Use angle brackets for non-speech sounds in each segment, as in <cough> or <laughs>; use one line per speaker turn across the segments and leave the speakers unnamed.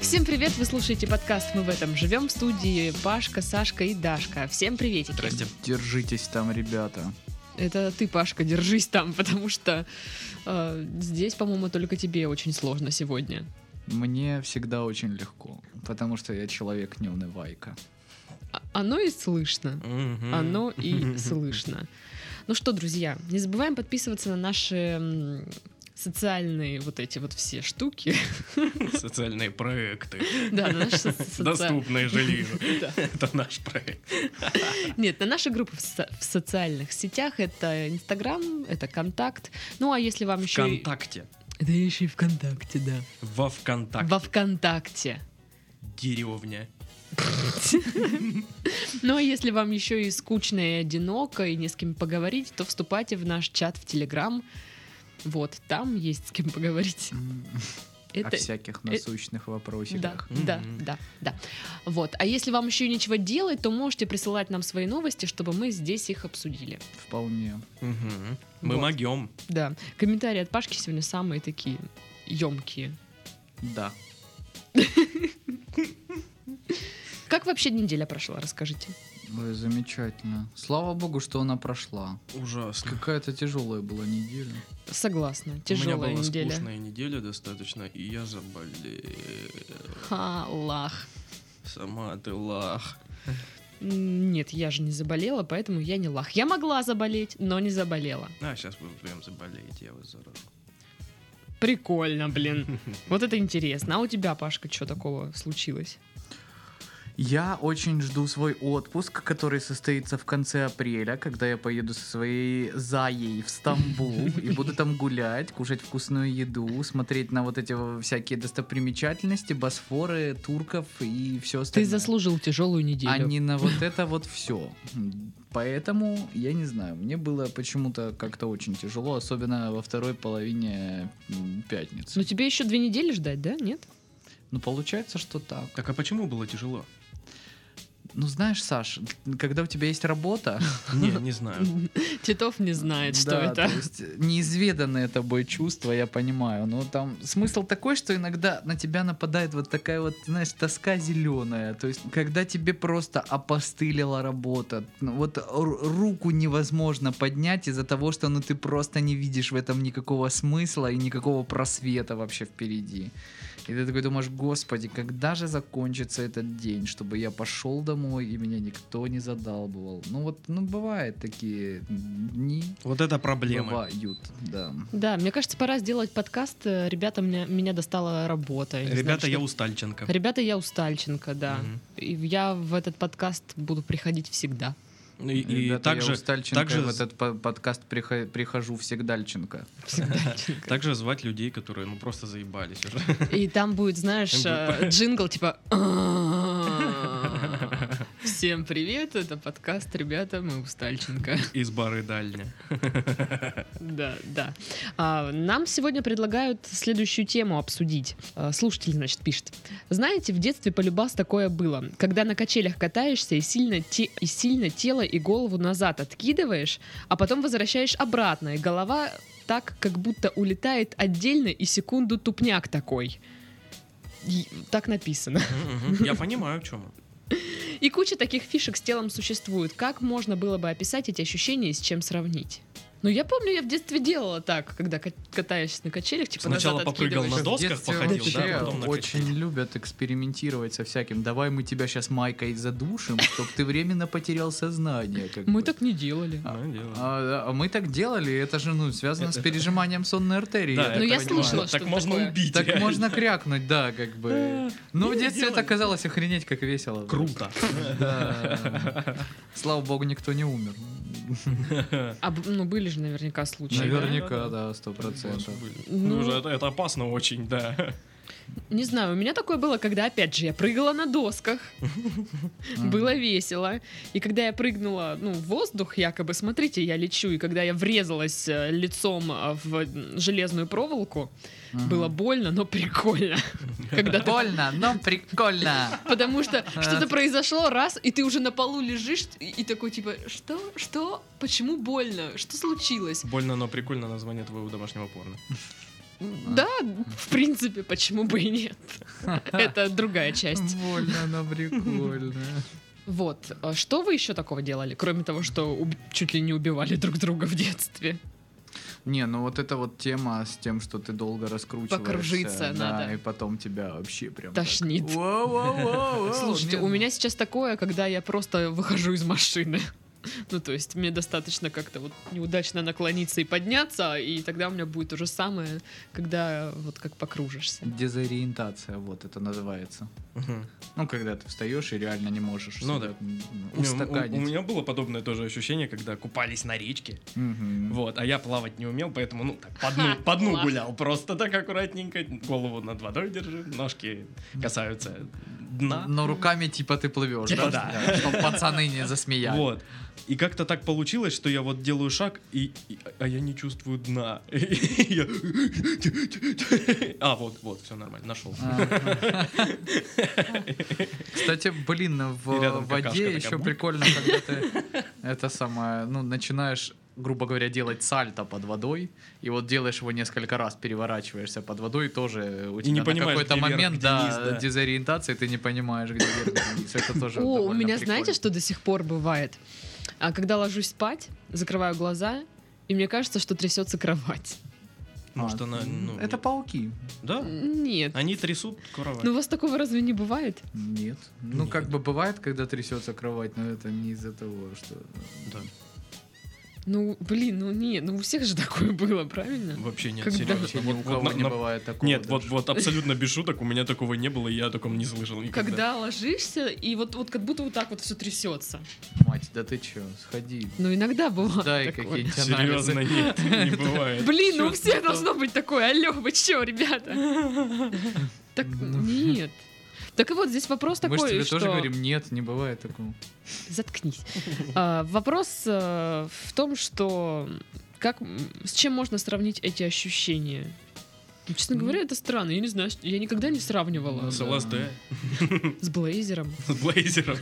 Всем привет! Вы слушаете подкаст «Мы в этом живем» в студии Пашка, Сашка и Дашка. Всем приветики!
Здрасте.
Держитесь там, ребята.
Это ты, Пашка, держись там, <laughs> потому что э, здесь, по-моему, только тебе очень сложно сегодня.
Мне всегда очень легко, потому что я человек не унывайка.
А- Оно и слышно. Оно
Мгм.
А, ну
<laughs>
и слышно. Ну что, друзья, не забываем подписываться на наши м, социальные вот эти вот все штуки. <laughs>
Социальные проекты.
Да, на наши <laughs> со- соци- <laughs>
Доступное жилье.
Да.
Это наш проект.
Нет, на наши группы в, со- в социальных сетях это Инстаграм, это Контакт. Ну а если вам еще... и-
Вконтакте.
Это я еще и ВКонтакте, да.
Во Вконтакте.
Во ВКонтакте.
Деревня.
Ну а если вам еще и скучно и одиноко, и не с кем поговорить, то вступайте в наш чат в Телеграм. Вот, там есть с кем поговорить.
М, О А
Это...
всяких насущных
Да,
вопросиках.
да,
Мгм.
да, да. Вот. А если вам еще нечего делать, то можете присылать нам свои новости, чтобы мы здесь их обсудили.
Вполне.
Мгм. Мы
Вот.
могем.
Да. Комментарии от Пашки сегодня самые такие емкие.
Да.
Как вообще неделя прошла, расскажите.
Ой, замечательно. Слава богу, что она прошла.
Ужасно.
Какая-то тяжелая была неделя.
Согласна.
У меня
Тяжелая
была
неделя.
скучная неделя достаточно, и я заболел.
Ха, лах.
Сама ты лах.
М, Нет, я же не заболела, поэтому я не лах. Я могла заболеть, но не заболела.
А, сейчас вы прям заболеете, я вас заражу.
Прикольно,
<laughs>
блин. Вот это интересно. А у тебя, Пашка, что такого случилось?
Я очень жду свой отпуск, который состоится в конце апреля, когда я поеду со своей заей в Стамбул
<laughs>
и буду там гулять, кушать вкусную еду, смотреть на вот эти всякие достопримечательности, босфоры, турков и все
Ты
остальное.
заслужил тяжелую неделю.
а не на вот это вот все. Поэтому, я не знаю, мне было почему-то как-то очень тяжело, особенно во второй половине м,
Ну
пятницы.
тебе еще две недели ждать, да? Нет?
Ну, получается, что так.
Так, а почему было тяжело?
Ну, знаешь, Саш, когда у тебя есть работа,
<laughs> Не, не знаю.
<laughs> Титов не знает, что
да,
это.
то есть э, неизведанное тобой чувство, я понимаю, но там смысл такой, что иногда на тебя нападает вот такая вот, знаешь, тоска зеленая, то есть когда тебе просто опостылила работа, ну, вот ру- руку невозможно поднять из-за того, что ну ты просто не видишь в этом никакого смысла и никакого просвета вообще впереди. И ты такой думаешь, господи, когда же закончится этот день, чтобы я пошел домой и меня никто не задалбывал. Ну вот, ну бывают такие дни,
Вот это проблема.
Бывают, да.
Да, мне кажется, пора сделать подкаст. э, Ребята, меня, меня достала работа. Я не знаю,
Ребята,
что-
я Устальченко.
Ребята, я Устальченко, да.
Мгм.
И я в этот подкаст буду приходить всегда.
И, и
Ребята, я
также,
у Стальченко
также
в
з-
этот по- подкаст прихо- прихожу всегдальченко.
Всегдальченко.
также звать людей, которые ну просто заебались уже. <laughs>
И там будет, знаешь, э, джингл типа Всем привет, это подкаст, ребята, мы у Стальченко.
Из бары дальня.
Да, да. А, Нам сегодня предлагают следующую тему обсудить. А, Слушатель, значит, пишет. Знаете, в детстве полюбас такое было. Когда на качелях катаешься и сильно, те- и сильно тело и голову назад откидываешь, а потом возвращаешь обратно, и голова так, как будто улетает отдельно и секунду тупняк такой. И- так написано.
Я понимаю, в чем.
И куча таких фишек с телом существует. Как можно было бы описать эти ощущения и с чем сравнить? Ну, я помню, я в детстве делала так, когда ка- катаешься на качелях, типа
Сначала
назад
попрыгал
откидываешь.
на досках
детстве
походил, да,
вообще
потом на
очень
качелях.
любят экспериментировать со всяким. Давай мы тебя сейчас майкой
<laughs>
задушим, чтобы ты временно потерял сознание. как
Мы
бы.
так не делали.
А,
Ну, дело.
а, да, а мы так делали, это же ну, связано с
Это-
пережиманием сонной артерии.
Да,
так
Ну, я
понимаю.
слышала, что
Так можно
такое.
убить.
Так
реально.
можно крякнуть, да, как
<laughs>
бы. Ну, в
не
детстве это
делай.
казалось охренеть, как весело. <laughs>
<laughs> Круто.
Да. Слава богу, никто не умер.
А б- ну, были же наверняка случаи. да?
Наверняка, да, сто процентов.
Ну,
Ну.
уже это, это опасно очень, да. <laughs>
Не знаю, у меня такое было, когда, опять же, я прыгала на
<laughs>
досках.
А.
Было весело. И когда я прыгнула, ну, в воздух, якобы, смотрите, я лечу. И когда я врезалась э, лицом э, в м, железную проволоку, было больно, но прикольно. Когда ты
больно, но прикольно.
Потому что что-то произошло раз, и ты уже на полу лежишь, и, и такой типа, что, что, почему больно, что случилось?
Больно, но прикольно название твоего домашнего порно.
Да, в принципе, почему бы и нет. Это другая часть.
Больно, но прикольно.
Вот. А Что вы еще такого делали, кроме того, что уб- чуть ли не убивали друг друга в детстве?
Не, ну вот эта вот тема с тем, что ты долго раскручиваешься.
Покружиться
да,
надо.
И потом тебя вообще прям... так
Тошнит.
«Воу-воу-воу-воу».
<laughs> Слушайте,
Не,
у
ну,
меня сейчас такое, когда я просто выхожу из машины. <laughs> Ну, то есть мне достаточно как-то вот неудачно наклониться и подняться, и тогда у меня будет то же самое, когда вот как покружишься.
ну, Дезориентация, вот это называется.
Мгм.
Ну, когда ты встаешь и реально не можешь
Ну
себя,
да.
м,
У
устаканить.
у- у меня было подобное тоже ощущение, когда купались на речке.
Мгм.
Вот, а я плавать не умел, поэтому, ну, так, по дну, по дну
класс.
гулял просто так аккуратненько. Голову над водой держи, ножки касаются дна.
Но руками типа ты плывешь, да?
Типа да.
Да, Чтоб пацаны не засмеялись.
Вот. И как-то так получилось, что я вот делаю шаг, и, и- а я не чувствую дна. <laughs> И я- А, вот, вот, все нормально, нашел.
А, Ага. Кстати, блин,
И рядом
в
какашка
воде
такая,
еще
бум.
прикольно, когда ты это самое, ну, начинаешь грубо говоря, делать сальто под водой, и вот делаешь его несколько раз, переворачиваешься под водой, и тоже у тебя
не
на
понимаешь,
какой-то
где вверх,
момент
где
да,
вниз, да.
дезориентации, ты не понимаешь, где вверх, где вниз. Это тоже
О, у
довольно
меня,
прикольно.
знаете, что до сих пор бывает? А когда ложусь спать, закрываю глаза, и мне кажется, что трясется кровать.
Может,
А,
она, ну,
Это
не-
пауки.
Да?
Нет.
Они трясут кровать.
Ну, у вас такого разве не бывает?
Нет. Ну,
Нет.
как бы бывает, когда трясется кровать, но это не из-за того, что...
Да.
Ну, блин, ну не, ну у всех же <laughs> такое было, правильно?
Вообще нет,
Когда-
серьезно.
Вообще ни у
Вот-
кого
вот на-
не
на-
бывает такого.
Нет, вот,
даже.
вот абсолютно без шуток, у меня такого не было, и я о таком не слышал никогда.
Когда ложишься, и вот, вот как будто вот так вот все трясется.
Мать, да ты чё, сходи.
Ну, иногда бывает.
Дай
такое.
какие-нибудь
<laughs>
анализы.
Серьезно,
<laughs>
нет, не бывает.
Блин, ну у
Чё
всех
это?
должно быть такое. Алло, вы чё, ребята?
<laughs>
Так
Ну.
нет. Так и вот здесь вопрос
Мы же
такой,
тебе
что...
тоже говорим, нет, не бывает
<laughs>
такого.
Заткнись. А, Вопрос э, в том, что... Как, м, с чем можно сравнить эти ощущения? Ну, Честно
Ну.
говоря, это странно. Я не знаю, я никогда не сравнивала
Ну,
С ЛСД,
с блейзером.
с
<laughs>
блейзером.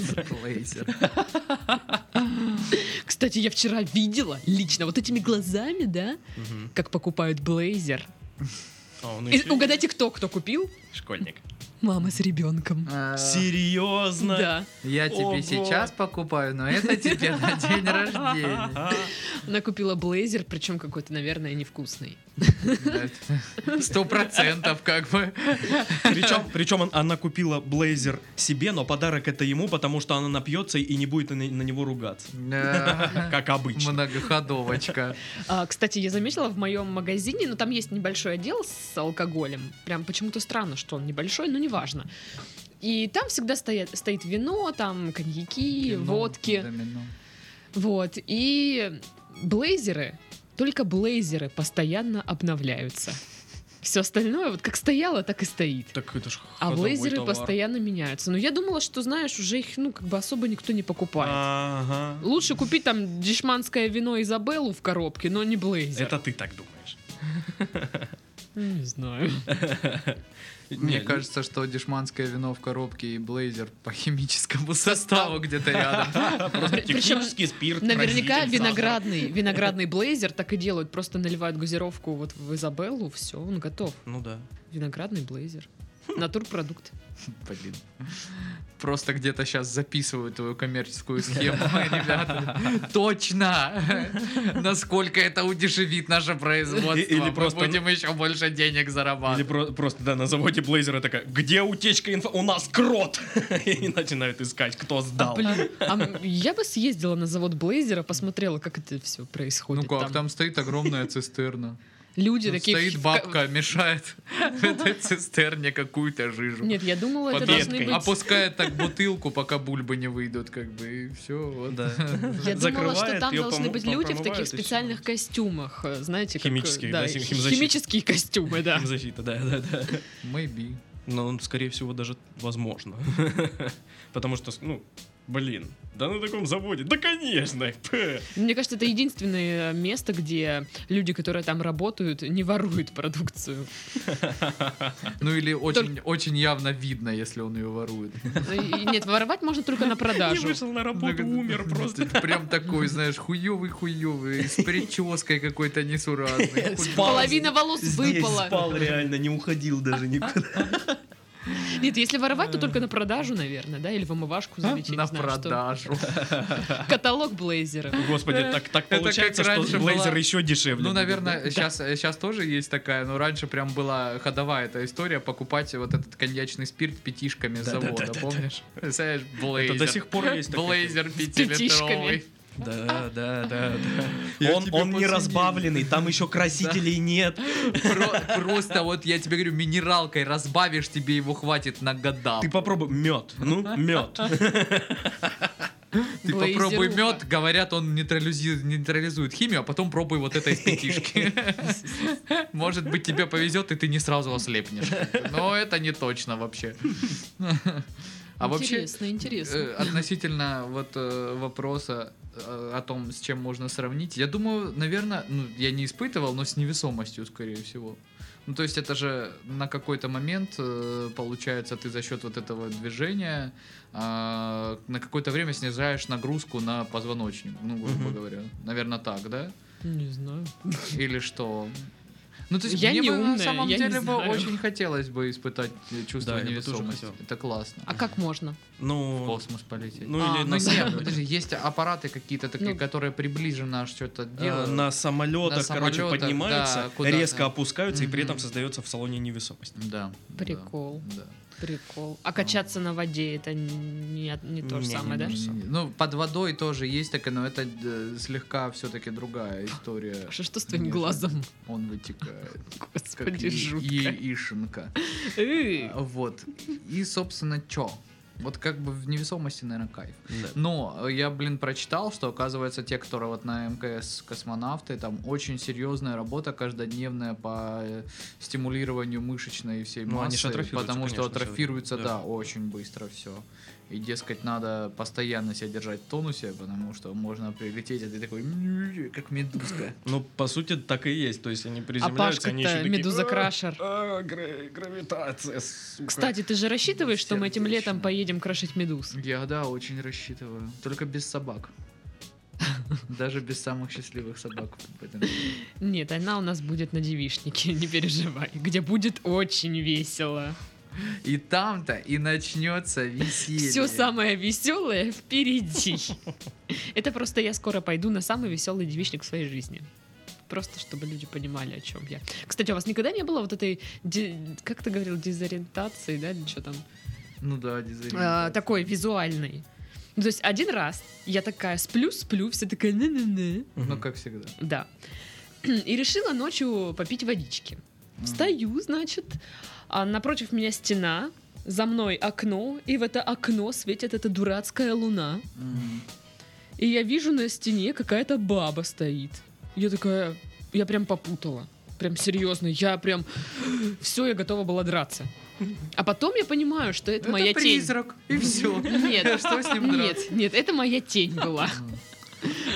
Кстати, я вчера видела лично вот этими глазами, да,
Мгм.
как покупают блейзер.
А
Ну,
он
И
еще
угадайте, кто кто купил?
школьник.
Мама с ребенком.
А,
Серьезно?
Да.
Я
Ого.
тебе сейчас покупаю, но это тебе на день рождения.
А?
Она купила блейзер, причем какой-то, наверное, невкусный.
Сто процентов как бы.
Причем, причем он- она купила блейзер себе, но подарок это ему, потому что она напьется и не будет на, на него ругаться.
Да.
Как обычно.
Многоходовочка.
А, кстати, я заметила в моем магазине, но там есть небольшой отдел с алкоголем. Прям почему-то странно, что он небольшой, но неважно. И там всегда стоят, стоит вино, там коньяки,
Кино,
водки.
домино.
Вот. И блейзеры, только блейзеры постоянно обновляются. Все остальное вот как стояло, так и стоит.
Так это ж
А
ходовой
блейзеры
товар.
постоянно меняются. Но я думала, что, знаешь, уже их, ну, как бы особо никто не покупает.
Ага.
Лучше купить там дешманское вино Изабеллу в коробке, но не блейзер.
Это ты так думаешь. <laughs>
Не знаю.
Не,
Мне
ну-
кажется, что дешманское вино в коробке и блейзер по химическому составу где-то рядом.
<laughs> Просто
Причем
технический спирт.
Наверняка
краситель, сахар.
виноградный, виноградный блейзер так и делают. Просто наливают газировку вот в Изабеллу, все, он готов.
Ну да.
Виноградный блейзер. Натурпродукт.
Блин. Просто где-то сейчас записываю твою коммерческую
<laughs>
схему, ребята. Точно! Насколько это удешевит наше производство.
И- или
Мы
просто- ну,
будем еще больше денег
Или
зарабатывать.
про- просто, да, на заводе блейзера такая, где утечка инфа? У нас крот! <laughs> И начинают искать, кто
А,
сдал.
блин, а м- я бы съездила на завод блейзера, посмотрела, как это все
Ну
происходит.
как,
там.
там стоит огромная цистерна.
<laughs> Люди
Тут
такие... в-
Стоит
в-
бабка, мешает <laughs> в этой цистерне какую-то жижу.
Нет, я думала, это
Под
должны
веткой.
А
быть...
Опускает так бутылку, пока бульбы не выйдут, как бы, и все. Вот.
Да.
Я думала, что
Закрывает,
там
её
должны
пому-
быть
пом-
люди в
промывает
таких
и всё.
специальных костюмах, э, знаете, как... э,
Химических,
да,
да, хим- химзащит.
химические костюмы, да.
Защита, да, да, да.
Maybe.
Но, он, скорее всего, даже возможно. <laughs> Потому что, ну, Блин, да на таком заводе. Да, конечно. <laughs> пэ.
Мне кажется, это единственное место, где люди, которые там работают, не воруют продукцию.
Ну или очень, очень явно видно, если он ее ворует.
И- Нет, воровать можно только на
Не
продажу.
вышел на работу, умер просто.
<laughs> Прям такой, знаешь, хуёвый-хуёвый, с прической какой-то несуразной.
Спал.
Половина волос
Здесь
выпала.
спал реально, не уходил даже никуда.
Нет, если воровать, то только на продажу, наверное, да? Или в омывашку залить, я не
На
знаю, что.
продажу.
Каталог блейзера.
<laughs> Господи, так, так
Это как
получается, что
раньше была-
блейзер еще дешевле.
Ну,
будет,
наверное,
да?
сейчас, сейчас тоже есть такая, но раньше прям была ходовая эта история покупать вот этот коньячный спирт пятишками с
Да-да-да-да-да.
завода, помнишь? Представляешь, блейзер.
Это до сих пор
<laughs>
есть такая
Блейзер
пятишками.
пятилитровый.
Да, да, да,
Я
да. Он,
тебя
он не
подсоединю.
разбавленный, там еще
<laughs>
красителей нет.
Про- Просто вот я тебе говорю, минералкой разбавишь, тебе его хватит на года.
Ты попробуй мед. Ну,
<laughs>
мед.
Ты попробуй
Блейзеруха.
мед, говорят, он нейтрализует, нейтрализует химию, а потом пробуй вот это из пятишки. Может быть, тебе повезет, и ты не сразу ослепнешь. Но это не точно вообще. <laughs> А вообще,
Интересно, интересно.
э, относительно вот э, вопроса э, о том, с чем можно сравнить, я думаю, наверное, ну, я не испытывал, но с невесомостью, скорее всего. Ну, то есть это же на какой-то момент, э, получается, ты за счет вот этого движения а, на какое-то время снижаешь нагрузку на позвоночник, ну, грубо
Мгм.
говоря. Наверное, так, да?
Не знаю.
Или что? Ну, то есть
Я
мне
не
бы на
умная,
самом
я не
деле бы
знаю.
очень хотелось бы испытать э, чувство
Да, я бы тоже
невесомости.
хотел.
Это классно.
А как можно?
В
Ну,
космос полететь.
ну
А,
или
ну
Ну
на
нет,
самолёте.
подожди, есть аппараты какие-то такие,
Ну.
которые приближенно что-то
Э,
делают.
на самолетах,
А, На
короче,
самолётах, да,
поднимаются,
куда-то.
резко опускаются, и при этом
Мгм.
создается в салоне невесомость.
Да. да,
Прикол.
да.
Прикол. А качаться на воде это не, не то же
Не, не
самое, да?
то же самое.
Ну, под водой тоже есть такая, но это э, слегка все-таки другая история.
Что, что с твоим
Нет.
глазом?
Он
<laughs>
вытекает. Как
Господи,
и-
жутко.
яишенка.
Эй.
А, Вот. И, собственно, чё? Вот как бы в невесомости, наверное, кайф.
Да.
Но э, я, блин, прочитал, что, оказывается, те, которые вот на МКС космонавты, там очень серьезная работа каждодневная по э, стимулированию мышечной и всей
Ну, они
массы,
же атрофируются,
потому что
конечно, со
атрофируется, да.
временем, да.
очень быстро все. И, дескать, надо постоянно себя держать в тонусе, потому что можно прилететь, а ты такой, «М, как медузка.
Ну, по сути, так и есть. То есть они
А
приземляются,
Пашка-то
они еще
медуза-крашер.
а, Гравитация, сука.
Кстати, ты же рассчитываешь, что мы этим
Сердечно.
летом поедем крошить медуз?
Я, да, очень рассчитываю. Только без собак. Даже без самых счастливых собак. в этом мире.
Нет, она у нас будет на девишнике, <laughs> не переживай. Где будет очень весело.
И там-то и начнется веселье.
Все самое веселое впереди. <laughs> Это просто я скоро пойду на самый веселый девичник в своей жизни. Просто чтобы люди понимали, о чем я. Кстати, у вас никогда не было вот этой, де- как ты говорил, дезориентации, да, или что там?
Ну да,
А,
дезориентация.
такой визуальной. Ну, то есть один раз я такая сплю-сплю, все такая на-на-на.
Мгм.
Ну, как всегда.
Да. <clears throat> И решила ночью попить водички. Встаю, значит, а напротив меня стена, за мной окно, и в это окно светит эта дурацкая луна.
Мгм.
И я вижу на стене какая-то баба стоит. Я такая, я прям попутала. Прям серьезно, я прям... <gasps> Все, я готова была драться. А потом я понимаю, что это,
Это
моя
призрак, и все.
тень. <laughs> Нет,
<laughs> Что с ним драться?
нет, нет, это моя тень
<laughs>
была.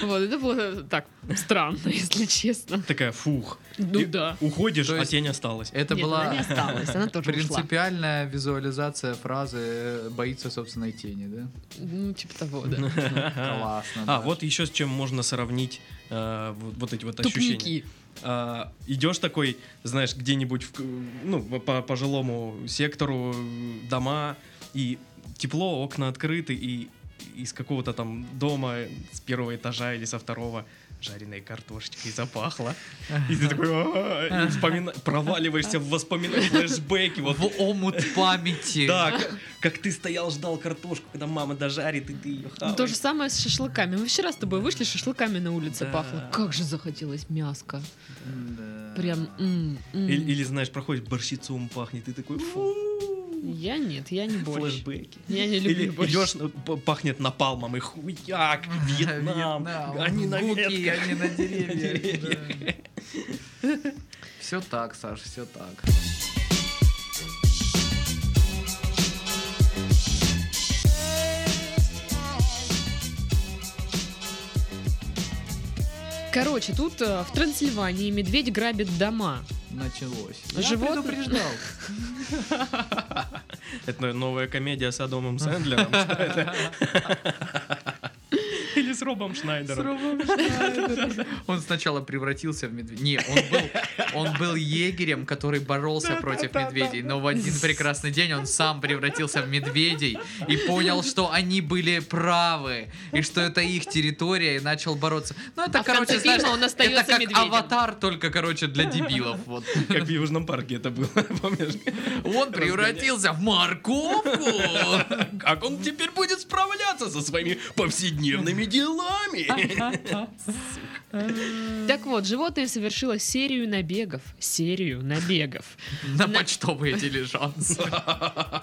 Вот, это было так странно, если честно.
Такая, фух.
Ну
И
да.
Уходишь,
То
а
есть-
тень осталась.
Это
Нет, она не
была
осталась, она тоже ушла.
принципиальная визуализация фразы э, «боится собственной тени», да?
Ну, типа того, да.
Классно.
А,
да.
вот еще с чем можно сравнить э, вот, вот эти вот ощущения.
Тупники.
А, идешь такой, знаешь, где-нибудь в к- ну, по по жилому сектору м, дома, и тепло, окна открыты, и из какого-то там дома э, с первого этажа или со второго жареной картошечкой запахло. И ты такой «А-а-а», и вспомина- проваливаешься в воспоминания, флешбеки. Вот.
В омут памяти.
Да, как, как ты стоял, ждал картошку, когда мама дожарит, и ты ее
Ну, То же самое с шашлыками. Мы вчера с тобой вышли, шашлыками на улице
Да.
пахло. Как же захотелось мяско.
М-да.
Прям... м, м.
Или, или, знаешь, проходишь, борщицом пахнет, и такой фу,
Я нет, я не больше.
флешбеки.
Я не
Или
люблю борщ.
идешь, ну, п- пахнет напалмом, и хуяк, Вьетнам, они на
Гуки,
ветках.
они на
деревьях.
деревьях. Все так, Саш, все так.
Короче, тут э, в Трансильвании медведь грабит дома.
Началось.
Животных?
Я предупреждал.
Это наверное, новая комедия с Адамом <laughs> Сэндлером. что это? Или с Робом Шнайдером.
<laughs> Он сначала превратился в медведя. Не, он был, он был егерем, который боролся против медведей, но в один прекрасный день он сам превратился в медведей и понял, что они были правы, и что это их территория, и начал бороться. Ну, это,
А в
короче,
конце фильма
знаешь,
он остается
это как
медведем.
аватар, только, короче, для дебилов. Вот.
Как в Южном парке это было, <laughs> помнишь?
Он превратился в морковку.
Как он теперь будет справляться со своими повседневными делами?
Так вот, животное совершило серию набегов. Серию
<laughs>
набегов.
На почтовые дилижансы.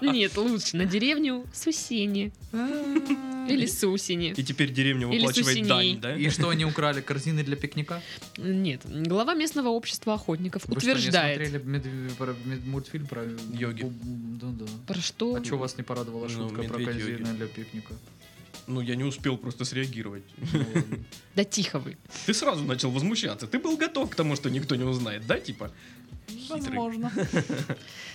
Нет, лучше на деревню Сусени.
А.
Или Сусени.
И теперь деревня
Или
выплачивает
сусеней.
дань, да?
И что, они украли корзины для пикника?
Нет, глава местного общества охотников
Вы что, не
утверждает.
смотрели мед- про мед- мультфильм про
Йоги.
бу- бу- ну Да, да.
Про что?
А что вас не порадовала
Ну,
шутка про
медведь
корзины
йоги.
для пикника?
Ну, я не успел просто среагировать.
Ну, ладно.
Да тихо вы.
Ты сразу начал возмущаться. Ты был готов к тому, что никто не узнает, да, типа?
Возможно.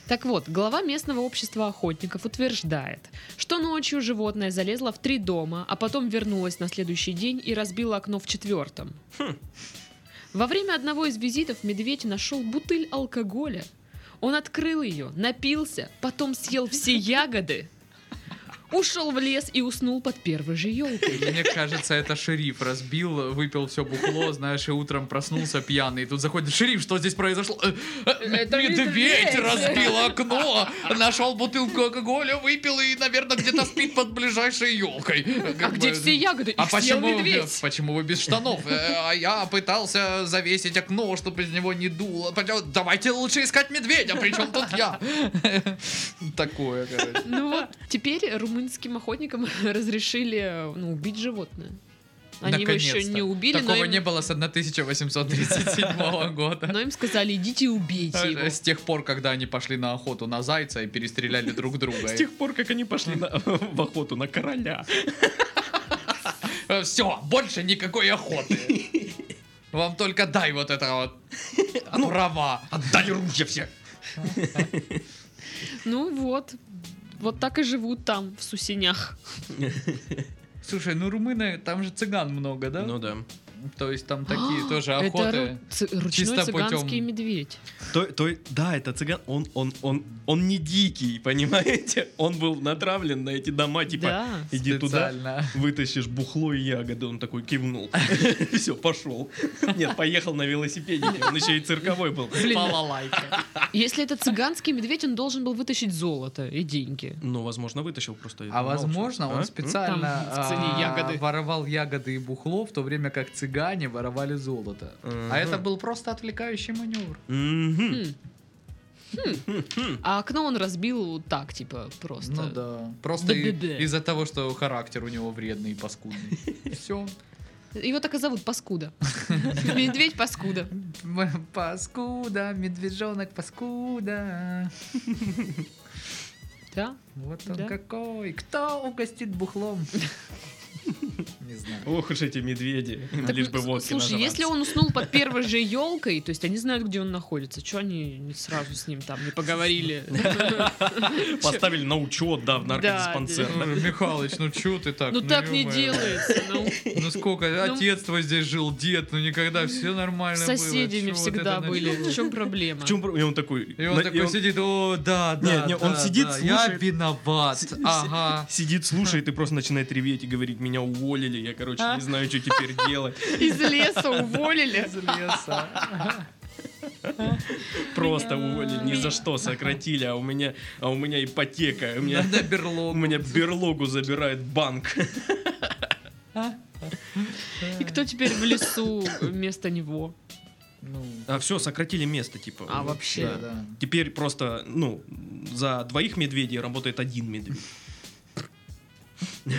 Так вот, глава местного общества охотников утверждает, что ночью животное залезло в три дома, а потом вернулось на следующий день и разбило окно в четвертом.
Хм.
Во время одного из визитов медведь нашел бутыль алкоголя. Он открыл ее, напился, потом съел все ягоды, ушел в лес и уснул под первой же елкой.
Мне кажется, это шериф разбил, выпил все бухло, знаешь, и утром проснулся пьяный. И тут заходит, шериф, что здесь произошло? Э, э,
Это
Медведь
медведь!»
разбил окно, нашел бутылку алкоголя, выпил и, наверное, где-то спит под ближайшей елкой.
А где все ягоды? Их
А
съел
почему, вы,
медведь.
почему вы без штанов? Э, А я пытался завесить окно, чтобы из него не дуло. Пойдё- Давайте лучше искать медведя, причем тут я. Такое, короче.
Ну вот, теперь румынским охотникам <laughs> разрешили э, ну, убить животное. Они его еще
Наконец-то.
не убили,
Такого
но им, Ну,
не было с
<laughs>
1837 года. Э,
но им сказали, идите убейте его.
С тех пор, когда они пошли на охоту на зайца и
<laughs>
перестреляли друг друга.
С тех пор, как они пошли на- <laughs> в охоту на короля.
Все, э, больше никакой
<laughs>
охоты. Вам только дай вот это вот
А ну,
права.
отдали ружья все.
Ну вот, вот так и живут там, в сусенях.
Слушай, ну румыны, там же цыган много, да?
Ну да.
То есть
<gasps>
там такие тоже
Это
охоты.
ру- ц- ручной
чисто
цыганский
путем-
медведь.
То, то, да, это цыган, он, он, он, он не дикий, <laughs> понимаете? Он был натравлен на эти дома, типа,
Да.
иди туда,
Специально.
вытащишь бухло и ягоды. Он такой кивнул. <laughs> Все, пошел. Нет, поехал на велосипедике. Он еще и цирковой был.
Балалайка.
<laughs> Если это цыганский медведь, он должен был вытащить золото и деньги.
Ну, возможно, вытащил просто.
А возможно, он
Там
специально
в цене
а,
ягоды.
воровал ягоды и бухло, в то время как цыгане воровали золото.
Мгм.
А это был просто отвлекающий маневр.
М-м-м. специально.
Хм. Хм. А окно он разбил так, типа, просто.
Ну да. Просто и-
Да-да-да.
из-за того, что характер у него вредный
<laughs>
и паскудный. Все.
Его так и зовут Паскуда. <laughs> Медведь Паскуда.
Паскуда, медвежонок, паскуда.
Да?
Вот он
Да.
какой. Кто
<laughs>
угостит бухлом? Не знаю.
Ох уж эти медведи.
Ну,
Так,
Лишь бы
с-
водки
Слушай, если он уснул под первой же елкой, то есть они знают, где он находится, что они не сразу с ним там не поговорили?
Ну,
нажраться. Поставили на учет, да, в наркодиспансер.
Да,
Ну, Михалыч, ну чё ты так?
Ну так не
ё-моё.
делается. ну.
Ну сколько?
Ну,
Отец твой здесь жил, дед, ну никогда все нормально было.
Соседями
Чё вот
всегда
это на-
были. В чем проблема?
В чем про- И он такой...
И он
на-
такой сидит, о, да, да,
Не, не, он
да,
сидит,
да, я
слушает.
виноват,
Си-
ага.
Сидит, слушает и просто начинает реветь и говорить, меня уволили, я, короче, не знаю, что теперь делать.
Из леса уволили.
Из леса.
Просто уволили, ни за что сократили, а у меня, а у меня ипотека, у меня,
Надо
у
берлогу.
меня берлогу забирает банк.
И кто теперь в лесу вместо него?
Ну,
А все, сократили место, типа.
А
Ну,
вообще?
да.
Теперь просто, ну, за двоих медведей работает один медведь.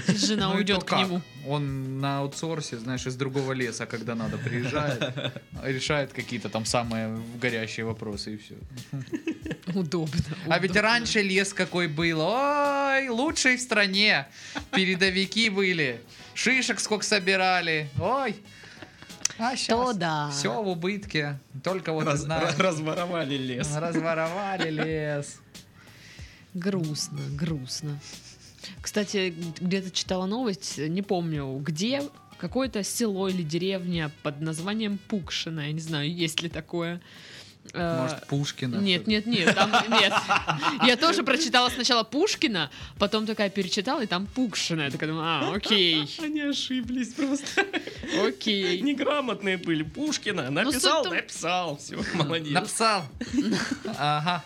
Жена
Ну и
уйдет
то
к
как?
нему.
Он на аутсорсе, знаешь, из другого леса, когда надо,
<laughs>
приезжает, решает какие-то там самые горящие вопросы и все.
Удобно.
А ведь
удобно.
раньше лес какой был. Ой, лучший в стране. Передовики были. Шишек сколько собирали. Ой. А
то
сейчас
да.
все в убытке. Только вот и
Раз-
знаешь.
ра- разворовали лес.
Разворовали лес.
Грустно, грустно. Кстати, где-то читала новость, не помню, где какое-то село или деревня под названием Пукшина, я не знаю, есть ли такое. Э,
Может, Пушкина.
Нет, нет, нет, там нет. Я тоже прочитала сначала Пушкина, потом такая перечитала, и там Пукшина. Я такая думаю, а, окей,
Они ошиблись просто.
окей.
Неграмотные были. Пушкина
Ну, суть в
написал,
том-
написал. Все, молодец.
Написал. Ага.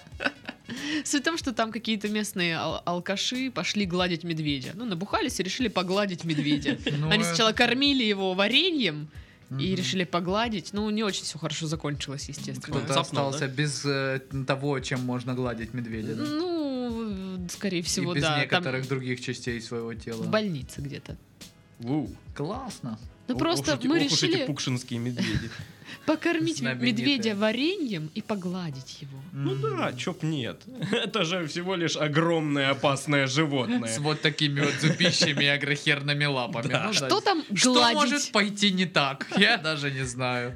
Суть в том, что там какие-то местные ал- алкаши пошли гладить медведя. Ну, набухались и решили погладить медведя.
Ну,
Они
э,
сначала кормили его вареньем, и
мгм.
решили погладить. Ну, не очень все хорошо закончилось, естественно.
Кто-то
Цапнул,
остался
да?
без э, того, чем можно гладить медведя. да?
Ну, скорее всего,
И без
да. там
некоторых других частей своего тела.
в больнице где-то.
Воу.
Классно.
Ну,
Ох
просто
уж эти-
мы
ох уж эти
решили
пукшинские медведи.
покормить
знаменитые.
медведя вареньем и погладить его.
Ну
М.
да, чё б нет. <laughs> Это же всего лишь огромное опасное
С
животное.
вот такими вот зубищами и агрохерными лапами.
Да.
Ну,
Что там
Что
гладить?
может пойти не так? Я даже не
<laughs>
знаю.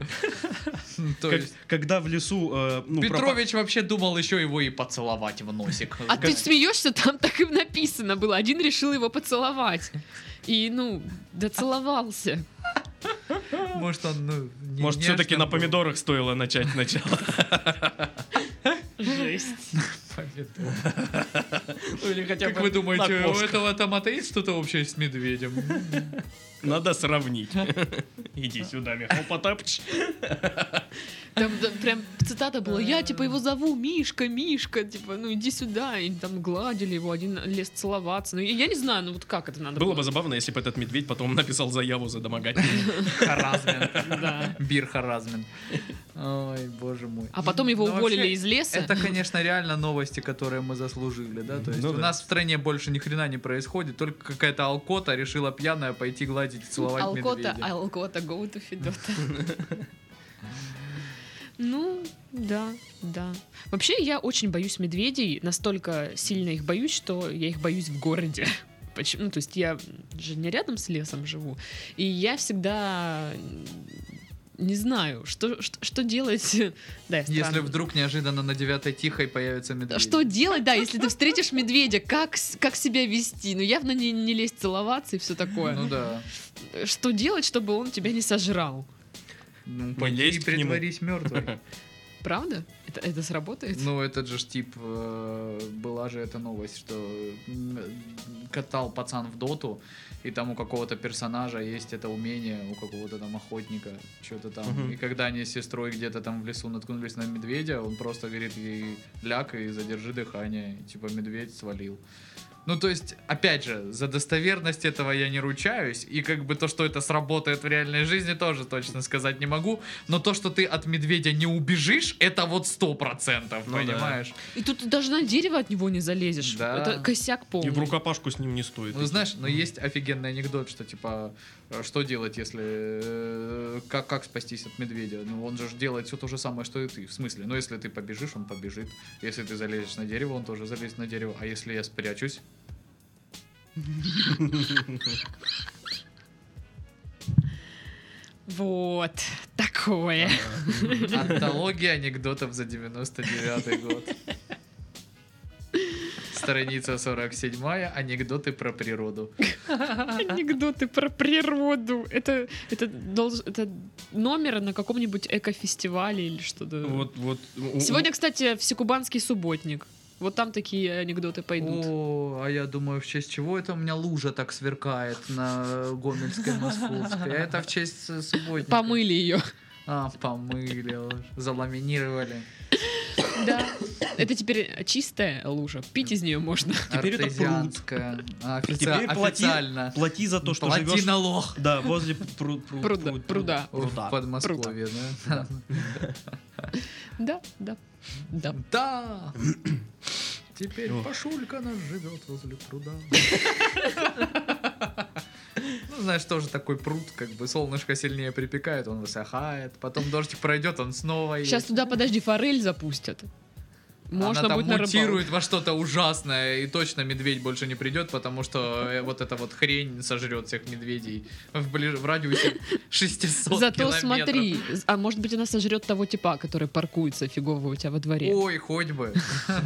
То
Как-
есть
Когда в лесу... э, ну, пропа-
Петрович вообще думал еще его и поцеловать в носик.
А ты смеешься, там так и написано было. Один решил его поцеловать. И, ну, доцеловался.
Может, он, ну, не-
Может,
нежно
все-таки на
был?
помидорах стоило начать начало.
Жесть.
<laughs> Помидор.
Ну, или хотя
Как
бы
вы
на
думаете, у
кошках.
этого там есть что-то общее с медведем?
<laughs>
<laughs>
Надо сравнить. Иди сюда, Михаил Потапыч.
Там да, прям цитата была, я типа его зову Мишка, Мишка, типа, ну иди сюда. И там гладили его, один лез целоваться. Ну я, я не знаю, ну вот как это надо
Было
было.
бы забавно, если бы этот медведь потом написал заяву за домогательство.
Харазмент.
<laughs> Да.
Бир харазмент. Ой, боже мой.
А потом его
Ну,
уволили
вообще,
из леса.
Это, конечно, реально новости, которые мы заслужили, да? То есть
Ну
у
да.
нас в стране больше ни хрена не происходит, только какая-то алкота решила пьяная пойти гладить и целовать
Алкота,
медведя.
алкота, go to Федота.
<laughs>
Ну, да, да. Вообще, я очень боюсь медведей. Настолько сильно их боюсь, что я их боюсь в городе. <laughs> Почему? Ну, то есть я же не рядом с лесом живу. И я всегда не знаю, что, что, что делать. <laughs> Да, я
Если
странная.
вдруг неожиданно на девятой тихой появится медведь.
Что делать, да, если ты встретишь медведя, как, с- как себя вести? Ну, явно не, не лезть целоваться и все такое.
Ну да.
Что делать, чтобы он тебя не сожрал?
Ну,
Мы лезть
и
к нему.
притворись мертвым.
Правда? Это, это сработает?
Ну, этот же ж тип, э, была же эта новость, что м, катал пацан в доту, и там у какого-то персонажа есть это умение, у какого-то там охотника, что-то там.
Мгм.
И когда они с сестрой где-то там в лесу наткнулись на медведя, он просто говорит ей ляг и задержи дыхание, и, типа медведь свалил. Ну, то есть, опять же, за достоверность этого я не ручаюсь, и как бы то, что это сработает в реальной жизни, тоже точно сказать не могу, но то, что ты от медведя не убежишь, это вот сто процентов,
Ну да.
понимаешь?
И тут ты даже на дерево от него не залезешь.
Да.
Это косяк полный.
И в рукопашку с ним не стоит.
Ну, знаешь, но есть офигенный анекдот, что, типа, э, что делать, если... э, Как, как спастись от медведя? Ну, он же ж делает все то же самое, что и ты. В смысле, ну, если ты побежишь, он побежит. Если ты залезешь на дерево, он тоже залезет на дерево. А если я спрячусь?
Вот такое.
Антология анекдотов за 99 год. Страница 47 анекдоты про природу.
Анекдоты про природу. Это, это, долж- это номер на каком-нибудь экофестивале или что-то.
Вот, вот. у- у-
Сегодня, кстати, всекубанский субботник. Вот там такие анекдоты пойдут.
О, а я думаю, в честь чего это у меня лужа так сверкает на Гомельской Московской? А Это в честь э, субботника.
Помыли
<laughs>
ее.
А, помыли, уж, заламинировали.
Да. Это теперь чистая лужа. Пить из нее можно.
Теперь это пруд.
Артезианская. А, офици-
Теперь плати,
официально.
плати за то, что
Плати
живешь.
налог.
Да, возле пру- пру-
Пруда,
пру-
пруда.
В Подмосковье, да?
Да, да. Да.
Да! <clears throat> Ну. Теперь
О.
Пашулька наш живет возле пруда. <laughs> Ну, знаешь, тоже такой пруд, как бы солнышко сильнее припекает, он высыхает, потом дождик пройдет, он снова
Сейчас
есть.
туда, подожди, форель запустят. Можно
Она там
будет на
мутирует во что-то ужасное, и точно медведь больше не придет, потому что э, вот эта вот хрень сожрет всех медведей в, ближ... в радиусе <laughs> 600
Зато
километров.
смотри, а может быть она сожрет того типа, который паркуется фигово у тебя во дворе.
Ой, хоть бы.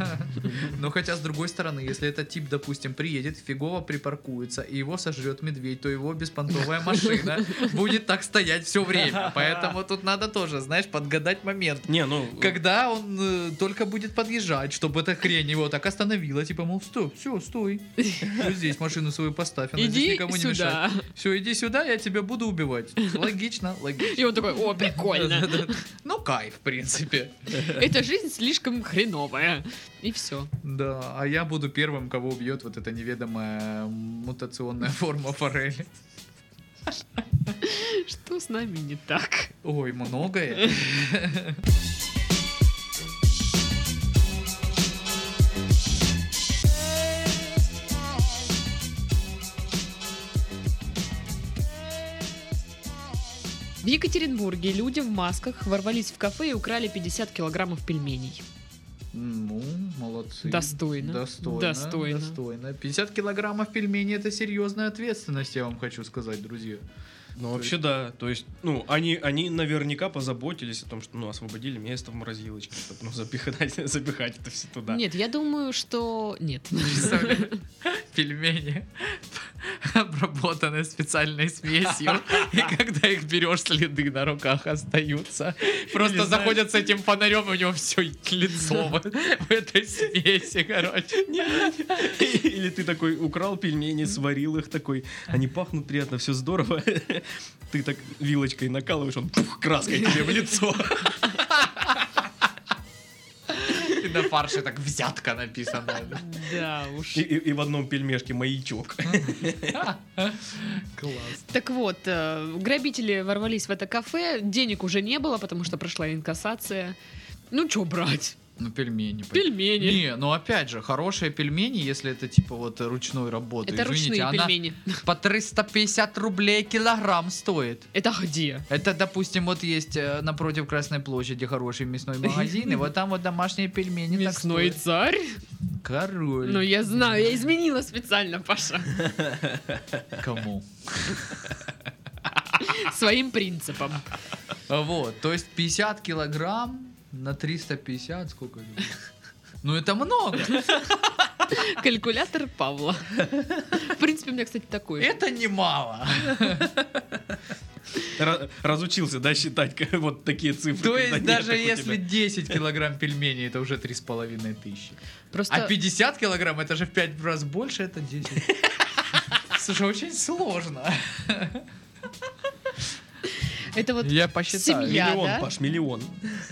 <laughs> Но хотя, с другой стороны, если этот тип, допустим, приедет, фигово припаркуется, и его сожрет медведь, то
<laughs>
его беспонтовая машина будет так стоять все время. Поэтому тут надо тоже, знаешь, подгадать момент.
Не, ну...
Когда он э, только будет подъезжать, чтобы эта хрень его так остановила, типа, мол, стоп, все, стой. Вот здесь машину свою поставь, она здесь
Иди
никому не мешает.
сюда.
Все, иди сюда, я тебя буду убивать. Логично, логично.
И он такой, о,
<laughs>
прикольно.
Ну, кайф, в принципе.
Эта жизнь слишком хреновая. И все.
Да, а я буду первым, кого убьет вот эта неведомая мутационная форма форели.
Что с нами не так?
Ой, многое.
В Екатеринбурге люди в масках ворвались в кафе и украли 50 килограммов пельменей.
Ну, молодцы.
Достойно.
Достойно.
Достойно.
Достойно. 50 килограммов пельменей это серьезная ответственность, я вам хочу сказать, друзья.
Ну, вообще, да. То есть, ну, они, они наверняка позаботились о том, что, ну, освободили место в морозилочке, чтобы, ну, запихать, <laughs> запихать это все туда.
Нет, я думаю, что
<laughs>
нет.
Представляешь? Пельмени обработаны специальной смесью, <laughs> и когда их берешь, следы на руках остаются. Просто
Или, знаешь-
заходят с этим фонарем, и у него все лицо вот в этой смеси, короче.
<laughs> Или ты такой украл пельмени, сварил их такой, они пахнут приятно, все здорово. <laughs> Ты так вилочкой накалываешь, он пух, краской тебе в лицо.
И на фарше так взятка написано.
Да уж.
<laughs> И, и- и в одном пельмешке маячок.
Класс.
Так вот, э, грабители ворвались в это кафе, денег уже не было, потому что прошла инкассация. Ну что брать?
Ну, пельмени. пон-
Пельмени.
Не, ну опять же, хорошие пельмени, если это типа вот ручной работы.
Это
Извините,
ручные
она
пельмени.
по 350 рублей килограмм стоит.
Это где?
Это, допустим, вот есть э, напротив Красной площади хороший мясной магазин, и вот там вот домашние пельмени. так
Мясной
стоят.
ну царь?
Король.
Ну я знаю, я изменила специально, Паша.
Кому?
Своим принципом.
Вот, то есть 50 килограмм на 350, сколько? это будет? Ну это много.
Калькулятор Павла. В принципе, у меня, кстати, такой.
Э,
же.
Это немало.
<laughs>
<laughs>
Ра- Разучился, да, считать как- вот такие
То
цифры. когда
есть
нет
даже
их у
если
тебя.
10 килограмм пельменей, это уже 3,5 тысячи. А
Просто
50 килограмм, это же в 5 раз больше,
<laughs>
это 10. Слушай, очень сложно.
это вот
Я
семья. Я,
Миллион,
да?
Паш, миллион.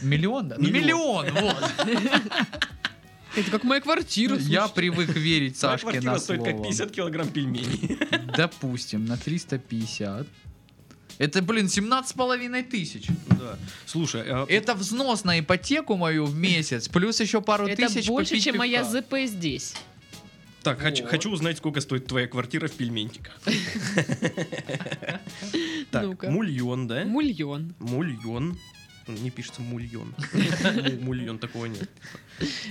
Миллион, да? Ну,
Миллион.
Миллион, вот.
это как моя квартира.
Ну, Я
слушай.
<laughs>
привык верить
Моя
Сашке
ну, квартира
на
стоит как
слово.
<laughs> 50 килограмм пельменей.
<laughs> Допустим, на 350. Это, блин, 17 с половиной тысяч.
<laughs> Да. Слушай, а-
Это взнос на ипотеку мою в месяц, плюс еще пару
Это
тысяч
больше,
попить
чем моя
пивка.
ЗП здесь.
так, хочу,
вот.
хочу узнать, сколько стоит твоя квартира в пельменниках. Так,
Ну-ка.
мульон, да?
Мульон.
Мульон. Ну, Не
<laughs>
пишется мульон. Му- Мульон такого нет.